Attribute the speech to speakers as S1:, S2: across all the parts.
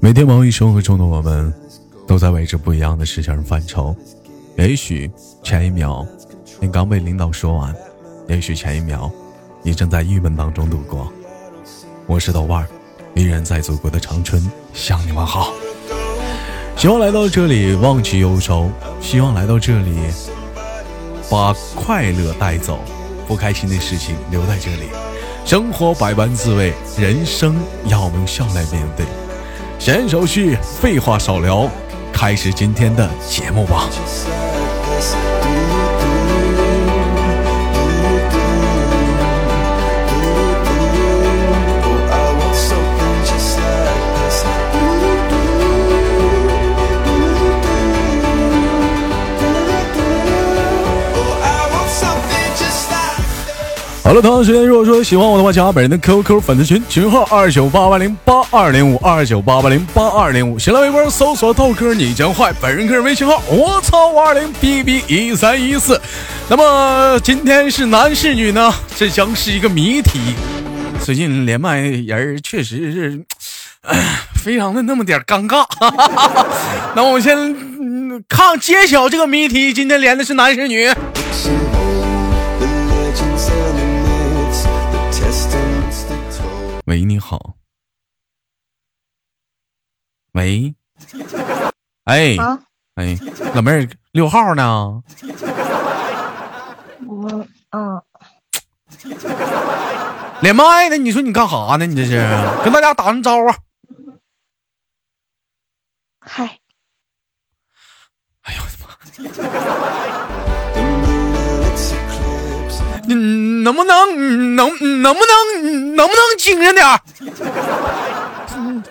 S1: 每天忙于生活中的我们，都在为着不一样的事情而犯愁。也许前一秒你刚被领导说完，也许前一秒你正在郁闷当中度过。我是豆瓣儿，依然在祖国的长春向你问好。希望来到这里忘记忧愁，希望来到这里把快乐带走，不开心的事情留在这里。生活百般滋味，人生要我们用笑来面对。闲言少叙，废话少聊，开始今天的节目吧。
S2: Oh, Oh,
S1: 好了，同样时间，如果说喜欢我的话，加本人的 QQ 粉丝群，群号二九八八零八二零五二九八八零八二零五，新浪微博搜索“豆哥你将坏”，本人个人微信号我操五二零 bb 一三一四。那么今天是男是女呢？这将是一个谜题。最近连麦人儿确实是，唉非常的那么点儿尴尬。 那我们先、嗯看揭晓这个谜题，今天连的是男是女？喂，你好。喂，哎，
S3: 啊，
S1: 哎，老妹儿，六号呢？
S3: 我嗯，
S1: 连麦呢？你说你干啥呢？你这是跟大家打声招呼啊。
S3: 嗨，
S1: 哎呦我的妈！你能不能能能不能能不能精神点儿？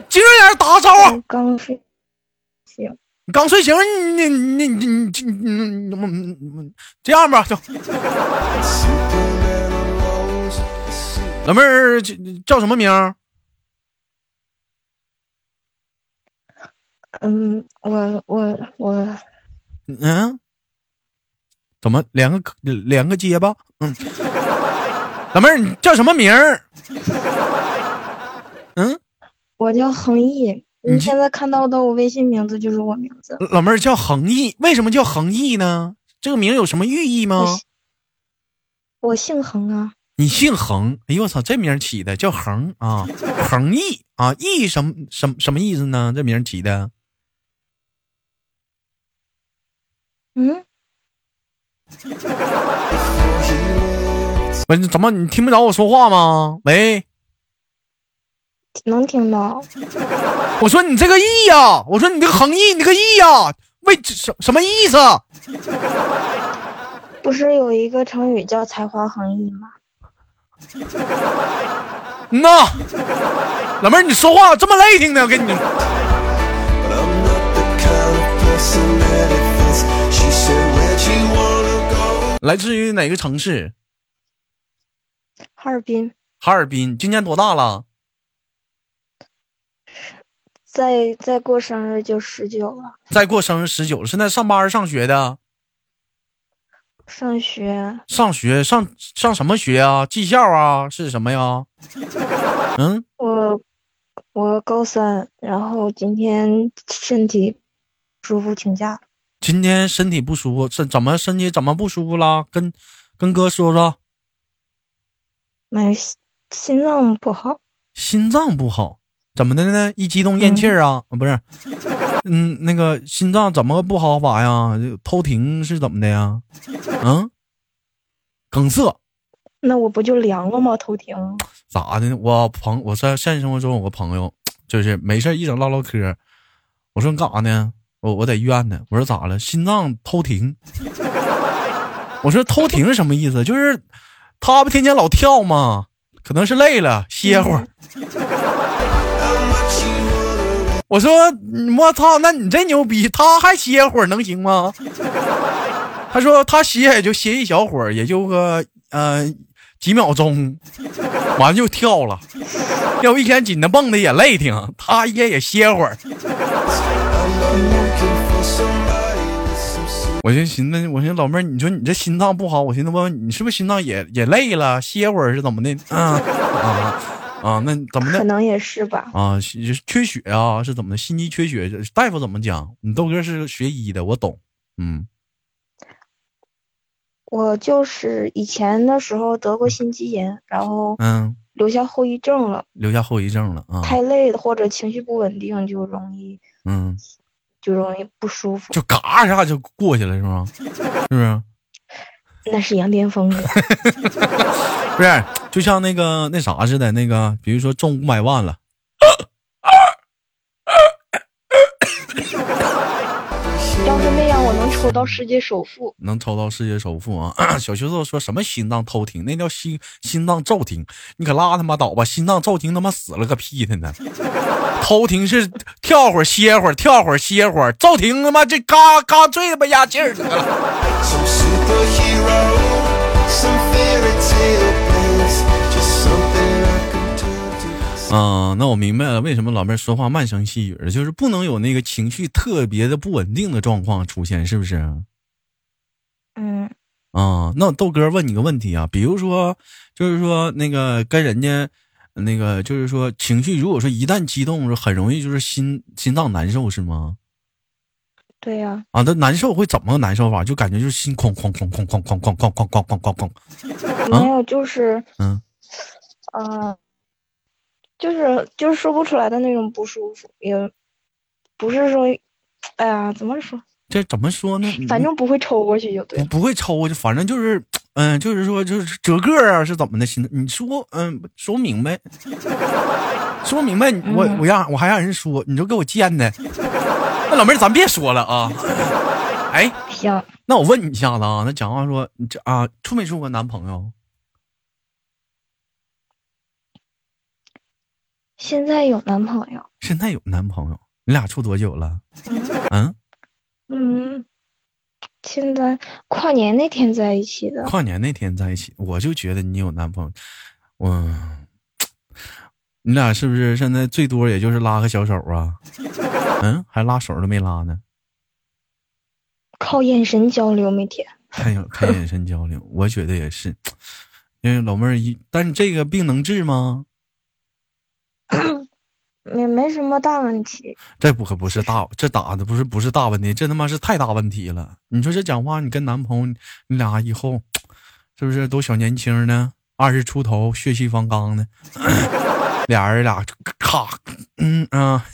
S1: 精神点儿，打个招呼
S3: 我。刚睡醒，
S1: 你刚睡醒，你你你你这你嗯这样吧，就老妹儿这叫什么名儿？
S3: 嗯，我我我
S1: 嗯，怎么连个连个结巴？嗯， 老妹儿，你叫什么名儿？嗯，
S3: 我叫恒毅，
S1: 你
S3: 你
S1: 这
S3: 现在看到的我微信名字就是我名字，
S1: 老妹儿叫恒毅，为什么叫恒毅呢？这个名有什么寓意吗
S3: 我？姓我姓恒啊，
S1: 你姓恒，哎呦我操，这名儿起的叫恒啊，恒毅啊，毅什么什么什么意思呢？这名儿起的，
S3: 嗯，
S1: 不是怎么你听不着我说话吗？喂，
S3: 能听到？
S1: 我说你这个毅呀、我说你这个恒毅，你这个毅呀、为这什什么意思？
S3: 不是有一个成语叫才华横溢吗？
S1: 嗯呐，老妹儿，你说话这么累听呢？我跟你，来自于哪个城市？
S3: 哈尔滨
S1: 哈尔滨，今年多大了？
S3: 再再过生日就十九了，
S1: 再过生日十九，现在上班儿上学的？
S3: 上学
S1: 上学上上什么学啊？技校啊？是什么呀？ 嗯，
S3: 我我高三，然后今天身体不舒服请假，
S1: 今天身体不舒服，是怎么身体怎么不舒服啦？跟跟哥说说，
S3: 没心心脏不好。
S1: 心脏不好，怎么的呢？一激动咽气儿啊？啊不是，嗯，那个心脏怎么个不好法呀？这偷停是怎么的呀？嗯，梗塞
S3: 那我不就凉了吗？头停。
S1: 咋的呢？我朋我在现实生活中有个朋友，就是没事儿一整唠唠嗑儿。我说你干啥呢？我我在医院呢。我说咋了？心脏偷停。我说偷停是什么意思？就是他不天天老跳吗？可能是累了，歇会儿。我说嗯我操，那你真牛逼！他还歇会儿能行吗？ 他说他歇也就歇一小会儿，也就个呃几秒钟，完就跳了。要不一天紧的蹦的也累挺，他一天也歇会儿。我就寻思，我寻思老妹儿，你说你这心脏不好，我寻思问问你是不是心脏也也累了，歇会儿是怎么的？嗯啊，啊，那怎么
S3: 可
S1: 的
S3: 能也是吧。
S1: 啊？是缺血啊？是怎么的？心肌缺血？大夫怎么讲？你豆哥是学医的，我懂。嗯，
S3: 我就是以前的时候得过心肌炎，然后
S1: 嗯，
S3: 留下后遗症了，
S1: 留下后遗症了啊。
S3: 太累了或者情绪不稳定就容易
S1: 嗯，
S3: 就容易不舒服。
S1: 就嘎一下就过去了，是吗？是不是？
S3: 那是羊癫疯了，
S1: 不是，就像那个那啥似的，那个比如说中五百万了，
S3: 要是那样我能抽到世界首富。
S1: 能抽到世界首富啊！ 小学时候说什么心脏偷听，那叫心心脏骤停，你可拉他妈倒吧！心脏骤停他妈死了个屁的呢！ 偷听是跳会儿歇会儿，跳会儿歇会儿，骤停他妈这嘎嘎坠他妈压气儿得了。
S2: Some superhero, some fairy tale bliss, just something I can do to myself.
S1: 嗯，那我明白了，为什么老妹儿说话慢声细语儿，就是不能有那个情绪特别的不稳定的状况出现，是不是？
S3: 嗯，
S1: 啊，那豆哥问你个问题啊，比如说，就是说那个跟人家，那个就是说情绪，如果说一旦激动，很容易就是心心脏难受是吗？
S3: 对呀、
S1: 啊，那难受会怎么难受法？就感觉就是心哐哐哐哐哐哐哐哐哐哐哐哐哐，
S3: 没有就是
S1: 啊嗯，
S3: 呃，就是就是说不出来的那种不舒服，也不是说，哎呀，怎么说，
S1: 这怎么说呢？
S3: 反正不会抽过去就对
S1: 不
S3: 了。
S1: 不会抽，啊就反正就是，嗯、就是说就是折个儿啊，是怎么的心？你说，嗯、说明白， 说明白，你我我让我还让人说，你就给我贱的， 那老妹儿咱别说了啊， 哎。
S3: 行，
S1: 那我问你一下子啊，那讲话说你这啊，处没处过男朋友？
S3: 现在有男朋友，
S1: 现在有男朋友，你俩处多久了？嗯，
S3: 嗯，现在跨年那天在一起的，
S1: 跨年那天在一起，我就觉得你有男朋友，我，你俩是不是现在最多也就是拉个小手啊？ 嗯，还拉手都没拉呢，
S3: 靠眼神交流每天。
S1: 还有看眼神交流，我觉得也是，因为老妹儿一，但是这个病能治吗？
S3: 没没什么大问题，
S1: 这不可不是大，这打的不是不是大问题，这他妈是太大问题了。你说这讲话，你跟男朋友，你俩以后是不是都小年轻呢？二十出头，血气方刚的， 俩人俩咔，嗯啊，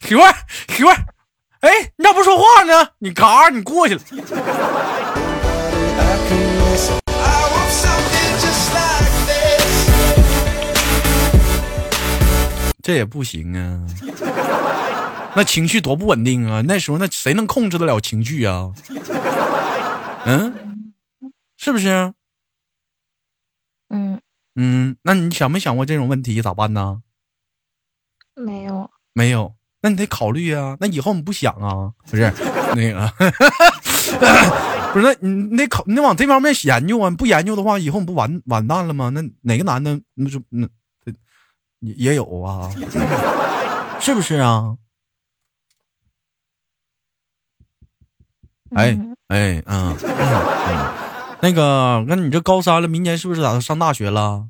S1: 媳妇儿媳妇儿，哎，你咋不说话呢？你嘎，你过去了，
S2: I can miss. I want something just like this.
S1: 这也不行啊。那情绪多不稳定啊！那时候那谁能控制得了情绪啊？嗯，是不啊是？
S3: 嗯，
S1: 嗯，那你想没想过这种问题咋办呢？
S3: 没有，
S1: 没有，那你得考虑啊。那以后你不想啊？不是那个， 不是那你你得考，你得往这方面研究啊。你不研究的话，以后你不完完蛋了吗？那哪个男的那就那也也有啊？ 是不是啊？哎
S3: 嗯
S1: 哎嗯嗯那个，那你这高三了，明年是不是打算上大学了？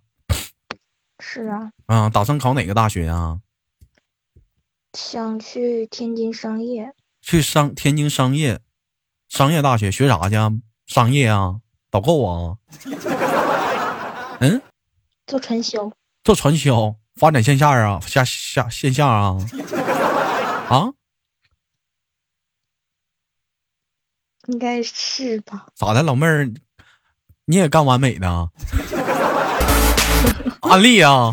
S3: 是啊，
S1: 啊、打算考哪个大学啊？
S3: 想去天津商业，
S1: 去商天津商业商业大学学啥去啊？商业啊，导购啊，嗯，
S3: 做传销，
S1: 做传销，发展线下啊，下下线下啊， 啊，
S3: 应该是吧？
S1: 咋的，老妹儿，你也干完美的 啊？安利
S2: I
S1: 啊，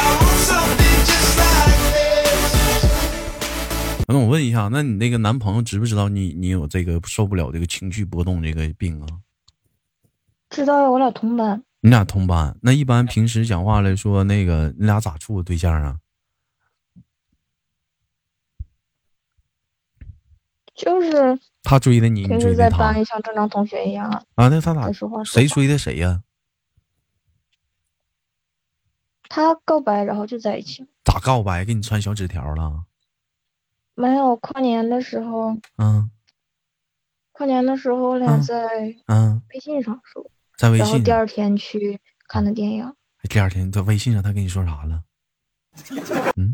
S2: want something just like this.
S1: 那我问一下，那你那个男朋友知不知道你你有这个受不了这个情绪波动这个病啊？
S3: 知道呀我俩同班，
S1: 你俩同班，那一般平时讲话来说，那个你俩咋处的对象啊？
S3: 就是
S1: 他追的你，你
S3: 平
S1: 追
S3: 时
S1: 的
S3: 在
S1: 他
S3: 班里像正常同学一样啊，
S1: 啊？那他俩
S3: 在说话
S1: 谁
S3: 说
S1: 追的谁呀、
S3: 他告白然后就在一起了。
S1: 咋告白？给你传小纸条了？
S3: 没有跨年的时候，
S1: 嗯
S3: 跨年的时候我俩
S1: 嗯
S3: 在
S1: 嗯，
S3: 微信上说，
S1: 在微
S3: 然后
S1: 信哎
S3: 第二天去看的电影，
S1: 第二天在微信上他跟你说啥了？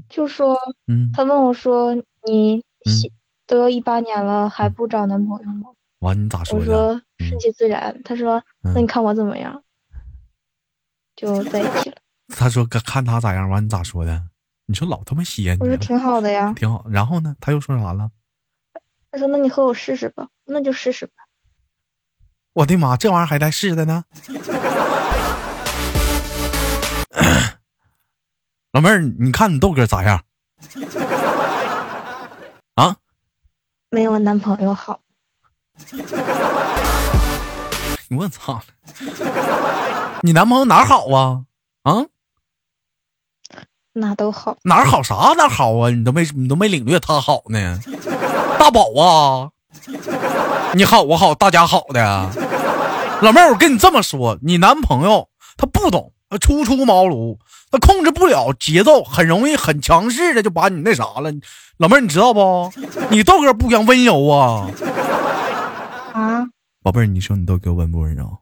S3: 就说
S1: 嗯，
S3: 他问我说你
S1: 嗯
S3: 喜都要一八年了还不找男朋友吗？
S1: 完你咋说
S3: 我
S1: 的？
S3: 说顺其自然，他说那你
S1: 嗯，
S3: 看我怎么样，就在一起了。
S1: 他说看看他咋样，完你咋说的？你说老他妈歇你
S3: 我说
S1: 了，
S3: 挺好的呀，
S1: 挺好。然后呢，他又说啥了？
S3: 他说那你和我试试吧，那就试试吧。
S1: 我的妈，这玩意儿还带试的呢！ 老妹儿，你看你豆哥咋样？啊，
S3: 没有男朋友好，
S1: 我操！ 你男朋友哪儿好啊？啊，
S3: 哪都好，
S1: 哪儿好啥哪儿好啊？你都没你都没领略他好呢，大宝啊！你好，我好，大家好的。老妹儿，我跟你这么说，你男朋友他不懂，他初出茅庐，他控制不了节奏，很容易很强势的就把你那啥了。老妹儿，你知道不？你豆哥不一样温柔啊，
S3: 啊，
S1: 宝贝儿，你说你豆哥温不温柔？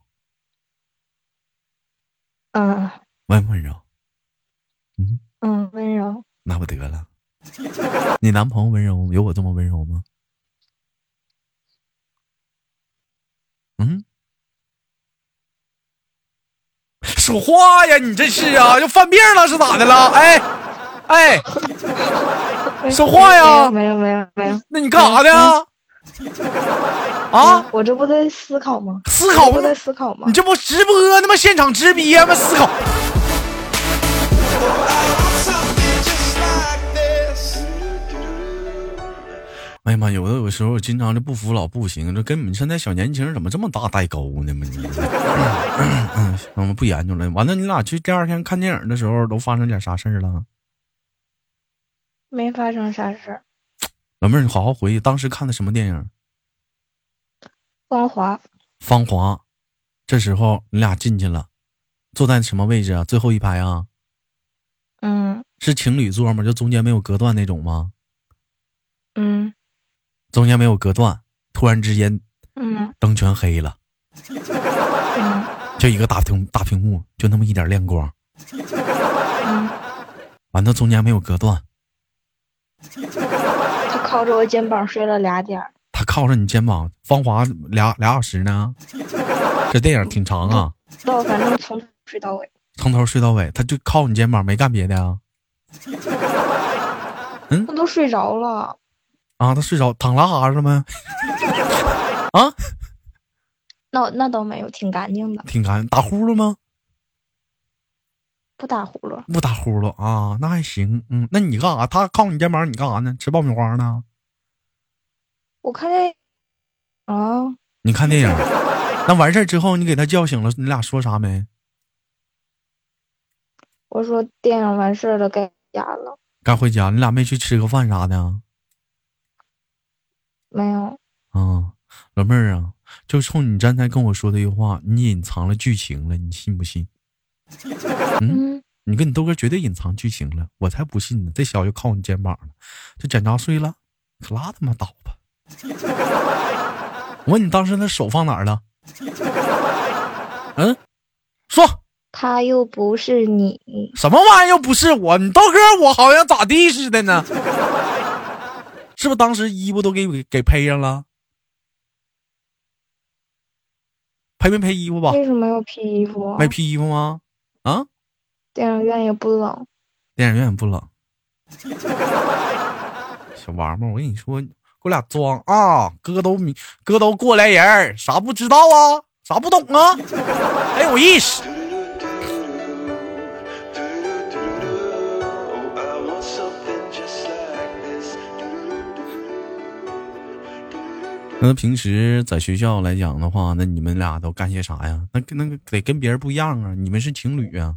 S3: 嗯
S1: 温不温柔？
S3: 嗯，温柔，
S1: 那不得了。你男朋友温柔有我这么温柔吗？嗯，说话呀，你这是啊，要犯病了是咋的了？哎，哎，说话呀
S3: 没有没有没有没有，
S1: 那你干啥呢？啊，
S3: 我这不在思考吗？
S1: 思考
S3: 我这不在思考吗
S1: 你？这不直播他妈现场直逼呀吗？思考，
S2: Something just like this.
S1: 哎呀妈，有的有时候我经常就不服老不行，这跟你们现在小年轻人怎么这么大代沟呢嘛？你嗯，我们不研究了。完了，你俩去第二天看电影的时候都发生点啥事儿了？
S3: 没发生啥事儿。
S1: 老妹儿，你好好回忆当时看的什么电影？《
S3: 光华
S1: 芳华》。这时候你俩进去了，坐在什么位置啊？最后一排啊？
S3: 嗯
S1: 是情侣座吗？就中间没有隔断那种吗？
S3: 嗯
S1: 中间没有隔断，突然之间
S3: 嗯
S1: 灯全黑了，
S3: 嗯
S1: 就一个大屏大屏幕，就那么一点亮光。
S3: 嗯，
S1: 完了，中间没有隔断，
S3: 他靠着我肩膀睡了俩点儿，
S1: 他靠着你肩膀，芳华俩俩小时呢，这电影挺长啊，
S3: 到反正从头睡到尾。
S1: 从头睡到尾，他就靠你肩膀，没干别的啊。
S3: 他都睡着了，
S1: 啊，他睡着淌拉哈了吗？啊，
S3: 那那倒没有，挺干净的，
S1: 挺干，打呼噜吗？
S3: 不打呼噜。
S1: 不打呼噜啊，那还行。嗯，那你干啥？他靠你肩膀，你干啥呢？吃爆米花呢？
S3: 我看见啊，
S1: 你看电影。那完事儿之后，你给他叫醒了，你俩说啥没？
S3: 我说电影完事儿了，该回家了。
S1: 该回家，你俩没去吃个饭啥的啊？
S3: 没有，
S1: 啊，老妹儿啊，就冲你刚才跟我说这句话，你隐藏了剧情了，你信不信？
S3: 嗯，
S1: 你跟你豆哥绝对隐藏剧情了，我才不信呢！这小子就靠你肩膀了，就检查睡了，可拉他妈倒吧！我问你当时那手放哪儿了？嗯，说
S3: 他又不是你，
S1: 什么玩意儿？又不是我，你豆哥我好像咋地似的呢？ 是不是当时衣服都给给配上了？配没配衣服吧？
S3: 为什么要披衣服啊？
S1: 哦没披衣服吗？啊，
S3: 电影院也不冷，
S1: 电影院也不冷。 小王八，我跟你说，给我俩装啊！哥都明哥都过来人儿，啥不知道啊？啥不懂啊？还有意识。
S2: Oh, I want something just like this.
S1: 那平时在学校来讲的话，那你们俩都干些啥呀？那跟那个得跟别人不一样啊！你们是情侣啊，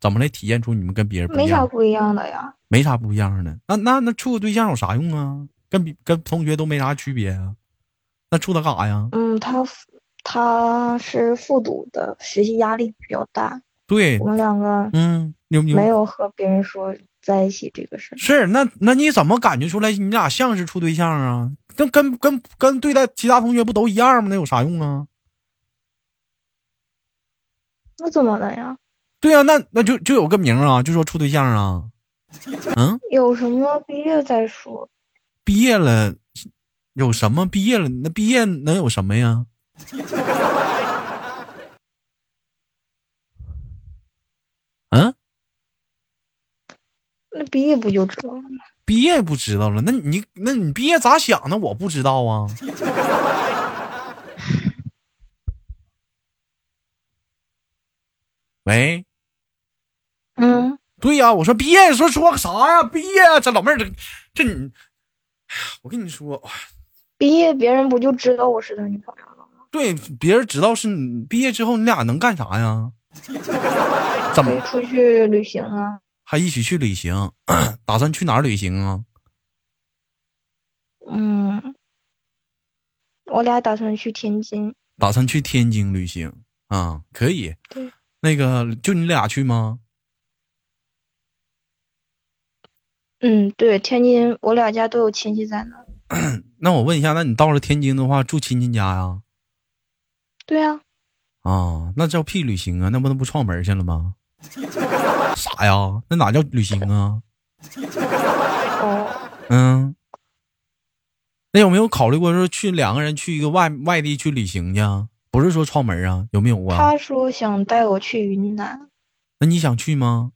S1: 怎么来体现出你们跟别人不一
S3: 没啥
S1: 样？
S3: 不一样的呀。
S1: 没啥不一样的。那那那处个对象有啥用啊？跟比跟同学都没啥区别啊？那处他干啥呀？
S3: 嗯，他他是复读的，学习压力比较大。
S1: 对
S3: 我，们两个
S1: 嗯，牛不牛？
S3: 没有和别人说在一起这个事儿，
S1: 是，那那你怎么感觉出来你俩像是处对象啊？跟跟跟跟对待其他同学不都一样吗？那有啥用啊？
S3: 那怎么了呀？
S1: 对呀、那那就就有个名儿啊，就说处对象啊。嗯，
S3: 有什么毕业再说。
S1: 毕业了有什么？毕业了那毕业能有什么呀？ 嗯，
S3: 那毕业不就知道了吗？
S1: 毕业不知道了，那你那你毕业咋想的？我不知道啊。喂，
S3: 嗯，
S1: 对呀、我说毕业，说说个啥呀、毕业，这老妹儿，这这你，哎呀我跟你说，哎
S3: 毕业别人不就知道我是他女朋友了吗？
S1: 对，别人知道是你毕业之后，你俩能干啥呀？怎
S3: 可以
S1: 么
S3: 出去旅行啊，
S1: 还一起去旅行？ 打算去哪儿旅行啊？
S3: 嗯，我俩打算去天津，
S1: 打算去天津旅行啊？可以
S3: 对。
S1: 那个，就你俩去吗？
S3: 嗯，对，天津我俩家都有亲戚在那儿，
S1: 那我问一下，那你到了天津的话，住亲戚家呀？
S3: 对啊，
S1: 啊，那叫屁旅行啊！那不能不串门去了吗？ 啥呀？那哪叫旅行啊？
S3: 哦，
S1: 嗯，那有没有考虑过说去两个人去一个外外地去旅行去啊？不是说串门啊，有没有啊？
S3: 他说想带我去云南，
S1: 那你想去吗？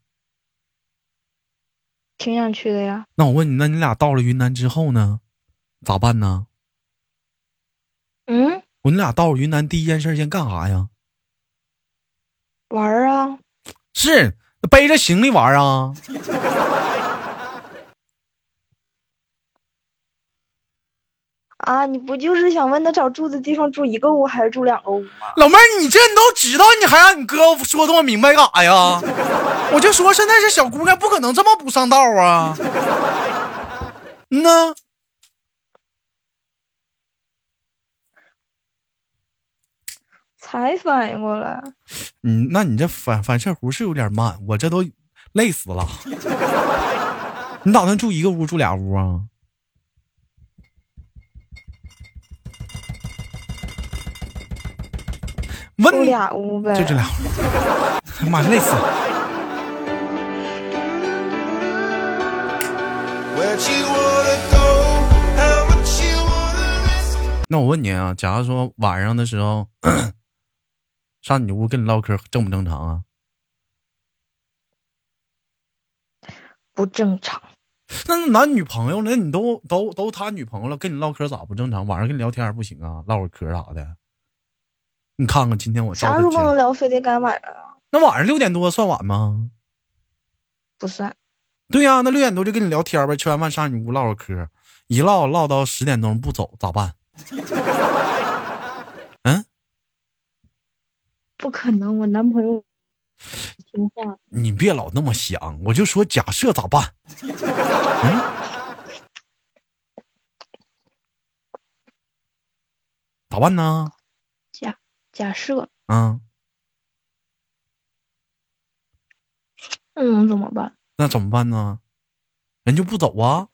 S3: 挺想去的呀，
S1: 那我问你，那你俩到了云南之后呢，咋办呢？
S3: 嗯，
S1: 我你俩到了云南第一件事先干啥呀？
S3: 玩儿啊，
S1: 是那背着行李玩啊？
S3: 啊，你不就是想问他找住的地方住一个屋还是住两个屋吗？
S1: 老妹儿，你这你都知道，你还让你哥说这么明白干啥呀？我就说现在这小姑娘不可能这么不上道啊！嗯呢，
S3: 才反应过来，
S1: 嗯，那你这反反射弧是有点慢，我这都累死了。你打算住一个屋，住俩屋啊？问
S3: 住俩屋呗，
S1: 就这俩屋，哎呀妈累死了！
S2: Where'd you wanna go? How much you wanna risk?
S1: 那我问你啊，假如说晚上的时候 上你屋跟你唠嗑，正不正常啊？
S3: 不正常。
S1: 那男女朋友呢？你都都都他女朋友了，跟你唠嗑咋不正常？晚上跟你聊天不行啊？唠会嗑啥的？你看看今天我照
S3: 啥时
S1: 的
S3: 候
S1: 镜
S3: 不能聊，非得赶晚上啊？
S1: 那晚上六点多算晚吗？
S3: 不算，
S1: 对呀、那六点多就跟你聊天呗，吃完饭上你屋唠唠嗑，一唠唠到十点钟不走咋办？嗯，
S3: 不可能，我男朋友听话。
S1: 你别老那么想，我就说假设咋办？嗯，咋办呢？
S3: 假假设，
S1: 啊，
S3: 嗯，怎么办？
S1: 那怎么办呢？人就不走啊，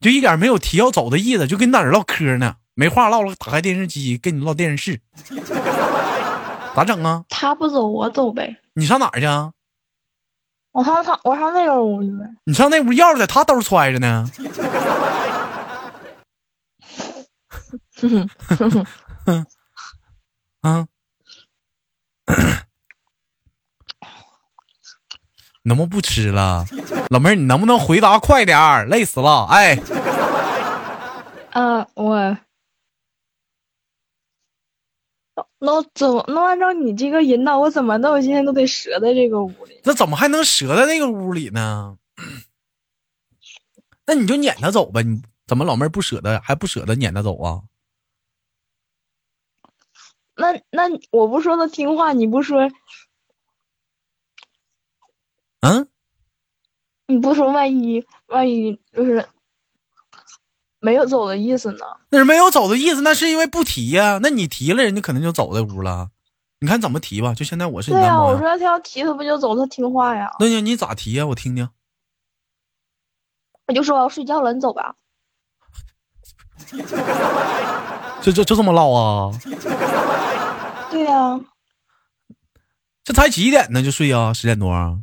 S1: 就一点没有提要走的意思，就跟你在这唠嗑呢，没话唠了，打开电视机跟你唠电视，咋整啊？
S3: 他不走，我走呗。
S1: 你上哪儿去啊？
S3: 我上他，我上那个屋去呗。
S1: 你上那屋钥匙在他兜儿揣着呢，啊？ 能不能不吃了？老妹儿，你能不能回答快点儿？累死了！哎，
S3: 啊，我。那怎么？那按照你这个引导，我怎么弄？我今天都得折在这个屋里。
S1: 那怎么还能折在那个屋里呢？ 那你就撵他走呗。你怎么老妹儿不舍得，还不舍得撵他走啊？
S3: 那那我不说他听话，你不说，
S1: 嗯，
S3: 你不说，万一万一就是没有走的意思呢？
S1: 那是没有走的意思，那是因为不提呀、那你提了，人家可能就走这屋了。你看怎么提吧？就现在我是你啊
S3: 对
S1: 男
S3: 呀、
S1: 朋
S3: 我
S1: 友，
S3: 说他要提他不就走，他听话呀。
S1: 那你你咋提呀、我听听。
S3: 我就说我要睡觉了，你走吧。
S1: 就就就这么唠啊？
S3: 对呀、
S1: 这才几点呢就睡啊？十点多啊？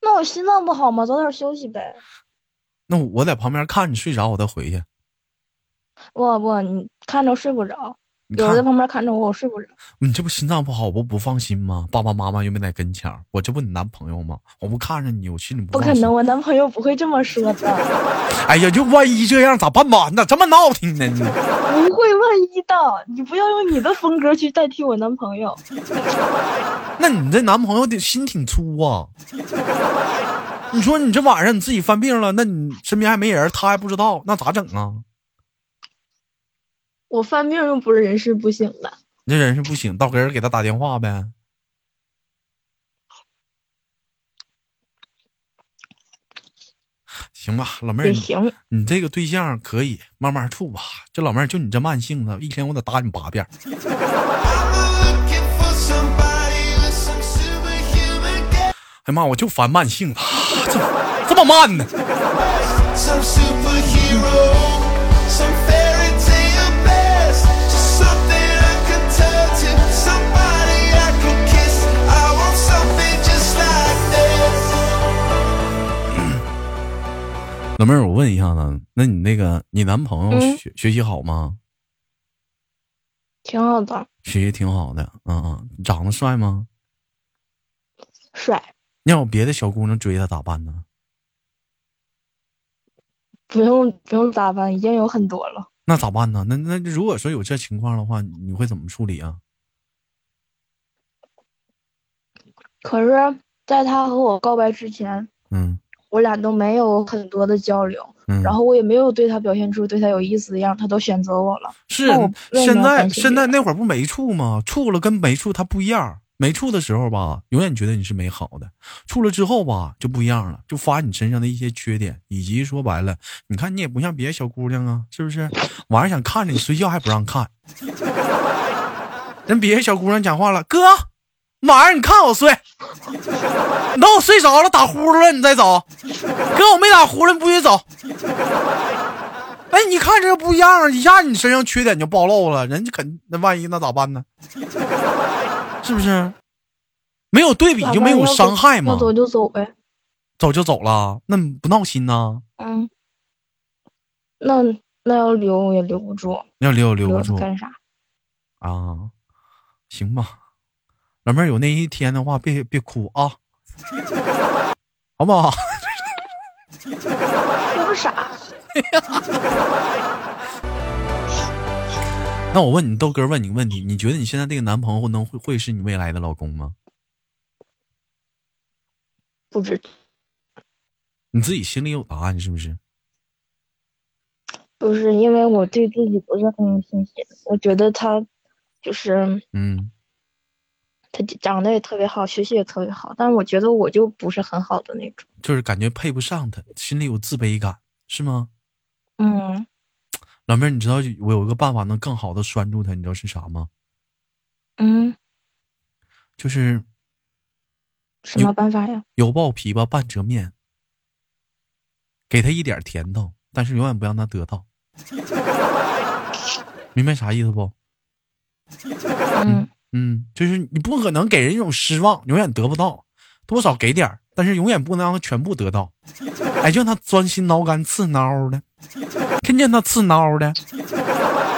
S3: 那我心脏不好吗？早点休息呗。
S1: 那我在旁边看你睡着，我再回去。
S3: 不不，你看着睡不着，
S1: 你
S3: 有人在
S1: 看，
S3: 旁边看着我，我睡不着。
S1: 你这不心脏不好，我不不放心吗？爸爸妈妈又没在跟前儿，我这不你男朋友吗？我不看着你，我心里
S3: 不
S1: 放
S3: 可
S1: 心
S3: 能，。啊我男朋友不会这么说的，
S1: 哎呀，就万一这样咋办吧？你咋这么闹挺呢？你
S3: 不会万一的。你不要用你的风格去代替我男朋友。
S1: 那你这男朋友得心挺粗啊！ 你说你这晚上你自己犯病了，那你身边还没人，他还不知道，那咋整啊？
S3: 我犯病又不是人事不省的。
S1: 你这人是不行，到给人给他打电话呗。行吧，老妹儿
S3: 也，行，
S1: 你这个对象可以慢慢处吧。这老妹儿就你这慢性子，一天我得打你八遍。
S2: looking for somebody with some superhuman gas,
S1: 哎妈，我就烦慢性子， 这这么慢呢？
S2: some superhero, some fairy tale best, just something I can turn to, somebody I can kiss. I want something just like this.
S1: 老妹儿，我问一下子，那你那个你男朋友
S3: 嗯
S1: 学、学习好吗？
S3: 挺好的，
S1: 学习挺好的，嗯嗯，长得帅吗？
S3: 帅，
S1: 要有别的小姑娘追他咋办呢？
S3: 不用不用打扮，已经有很多了。
S1: 那咋办呢？那那如果说有这情况的话，你你会怎么处理啊？
S3: 可是，在他和我告白之前，
S1: 嗯
S3: 我俩都没有很多的交流，
S1: 嗯，
S3: 然后我也没有对他表现出对他有意思的样，他都选择我了。
S1: 是
S3: 那我为什
S1: 现
S3: 么要
S1: 在
S3: 担心
S1: 现
S3: 这
S1: 在
S3: 个
S1: 那会儿不没处吗？处了跟没处它不一样。没处的时候吧，永远觉得你是美好的；处了之后吧，就不一样了，就发现你身上的一些缺点，以及说白了，你看你也不像别的小姑娘啊，是不是？晚上想看着你睡觉还不让看， 人别的小姑娘讲话了，哥，晚上你看我睡，你等我睡着了打呼噜了你再走，哥我没打呼噜你不许走。哎，你看这不一样啊，一下你身上缺点就暴露了，人家肯那万一那咋办呢？是不是？没有对比就没有伤害
S3: 要
S1: 嘛，
S3: 走就走呗。
S1: 走就走了，那你不闹心呐、
S3: 嗯，那那要留我也留不住，
S1: 要留留
S3: 留
S1: 不
S3: 着
S1: 住
S3: 干啥？
S1: 啊，行吧，老妹儿有那一天的话，别别哭啊， 好不好？
S3: 留啥？
S1: 那我问你，豆哥问你个问题，你觉得你现在这个男朋友能会会是你未来的老公吗？
S3: 不知
S1: 你自己心里有答案是不是？
S3: 不是因为我对自己不是很有信心，我觉得他就是
S1: 嗯，
S3: 他长得也特别好，学习也特别好，但是我觉得我就不是很好的那种。
S1: 就是感觉配不上他，心里有自卑感，是吗？
S3: 嗯，
S1: 老妹儿，你知道我有一个办法能更好的拴住他，你知道是啥吗？
S3: 嗯，
S1: 就是
S3: 什么办法呀？
S1: 有抱琵琶半遮面，给他一点甜头，但是永远不让他得到， 明白啥意思不？
S3: 嗯，
S1: 嗯，就是你不可能给人一种失望，永远得不到，多少给点儿，但是永远不能让他全部得到。哎，就让他钻心挠肝刺挠的，听见他刺挠的，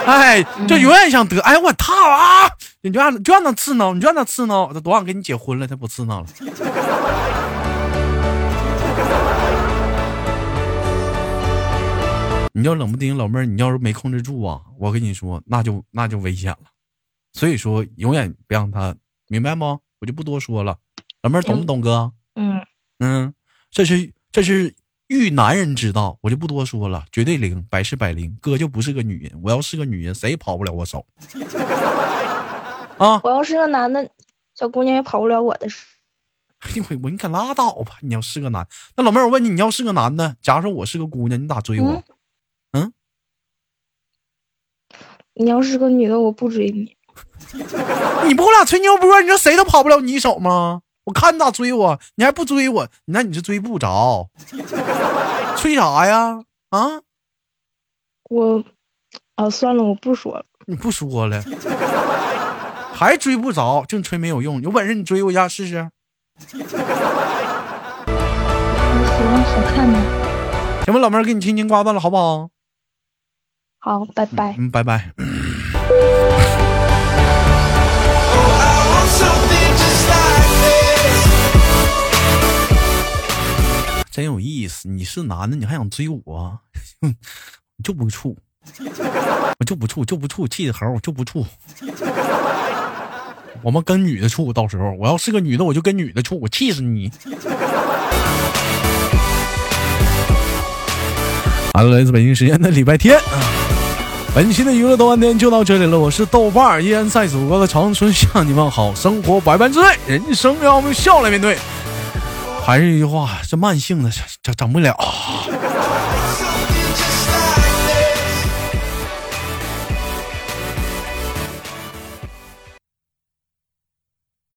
S1: 哎，就永远想得，哎我操啊！你就让就让他刺挠，你就让他刺挠，他多想跟你结婚了，他不刺挠了。你要冷不丁老妹儿，你要是没控制住啊，我跟你说，那就那就危险了。所以说，永远不让他明白吗？我就不多说了，老妹儿懂不懂哥？
S3: 嗯，
S1: 嗯，这是这是遇男人之道，我就不多说了，绝对零，百试百灵。哥就不是个女人，我要是个女人，谁也跑不了我手。啊，
S3: 我要是个男的，小姑娘也跑不了我的事。
S1: 哎呦我你可拉倒吧！你要是个男，那老妹儿，我问你，你要是个男的，假如说我是个姑娘，你咋追我？
S3: 嗯你要是个女的，我不追你。
S1: 你不跟我俩吹牛波，你说谁都跑不了你手吗？我看你咋追我，你还不追我，那你是追不着， 吹啥呀？啊，
S3: 我，啊，算了，我不说了。
S1: 你不说了，还追不着，净吹没有用。有本事你追我一下试试。
S3: 你喜欢好看吗？
S1: 行吧，老妹儿，给你轻轻挂断了，好不好？
S3: 好，拜拜。
S1: 嗯，拜拜。
S2: Oh, I want something just like this.
S1: 真有意思，你是男的，你还想追我？ 你就不处，我就不处，就不处，气的猴，我就不处。我们跟女的处，到时候我要是个女的，我就跟女的处，我气死你！好了，来自北京时间的礼拜天啊，本期的娱乐豆瓣天就到这里了。我是豆瓣儿，依然在祖国的长春向你问好，生活百般滋味，人生要用笑来面对。还是一句话，这慢性的整整不了。
S2: So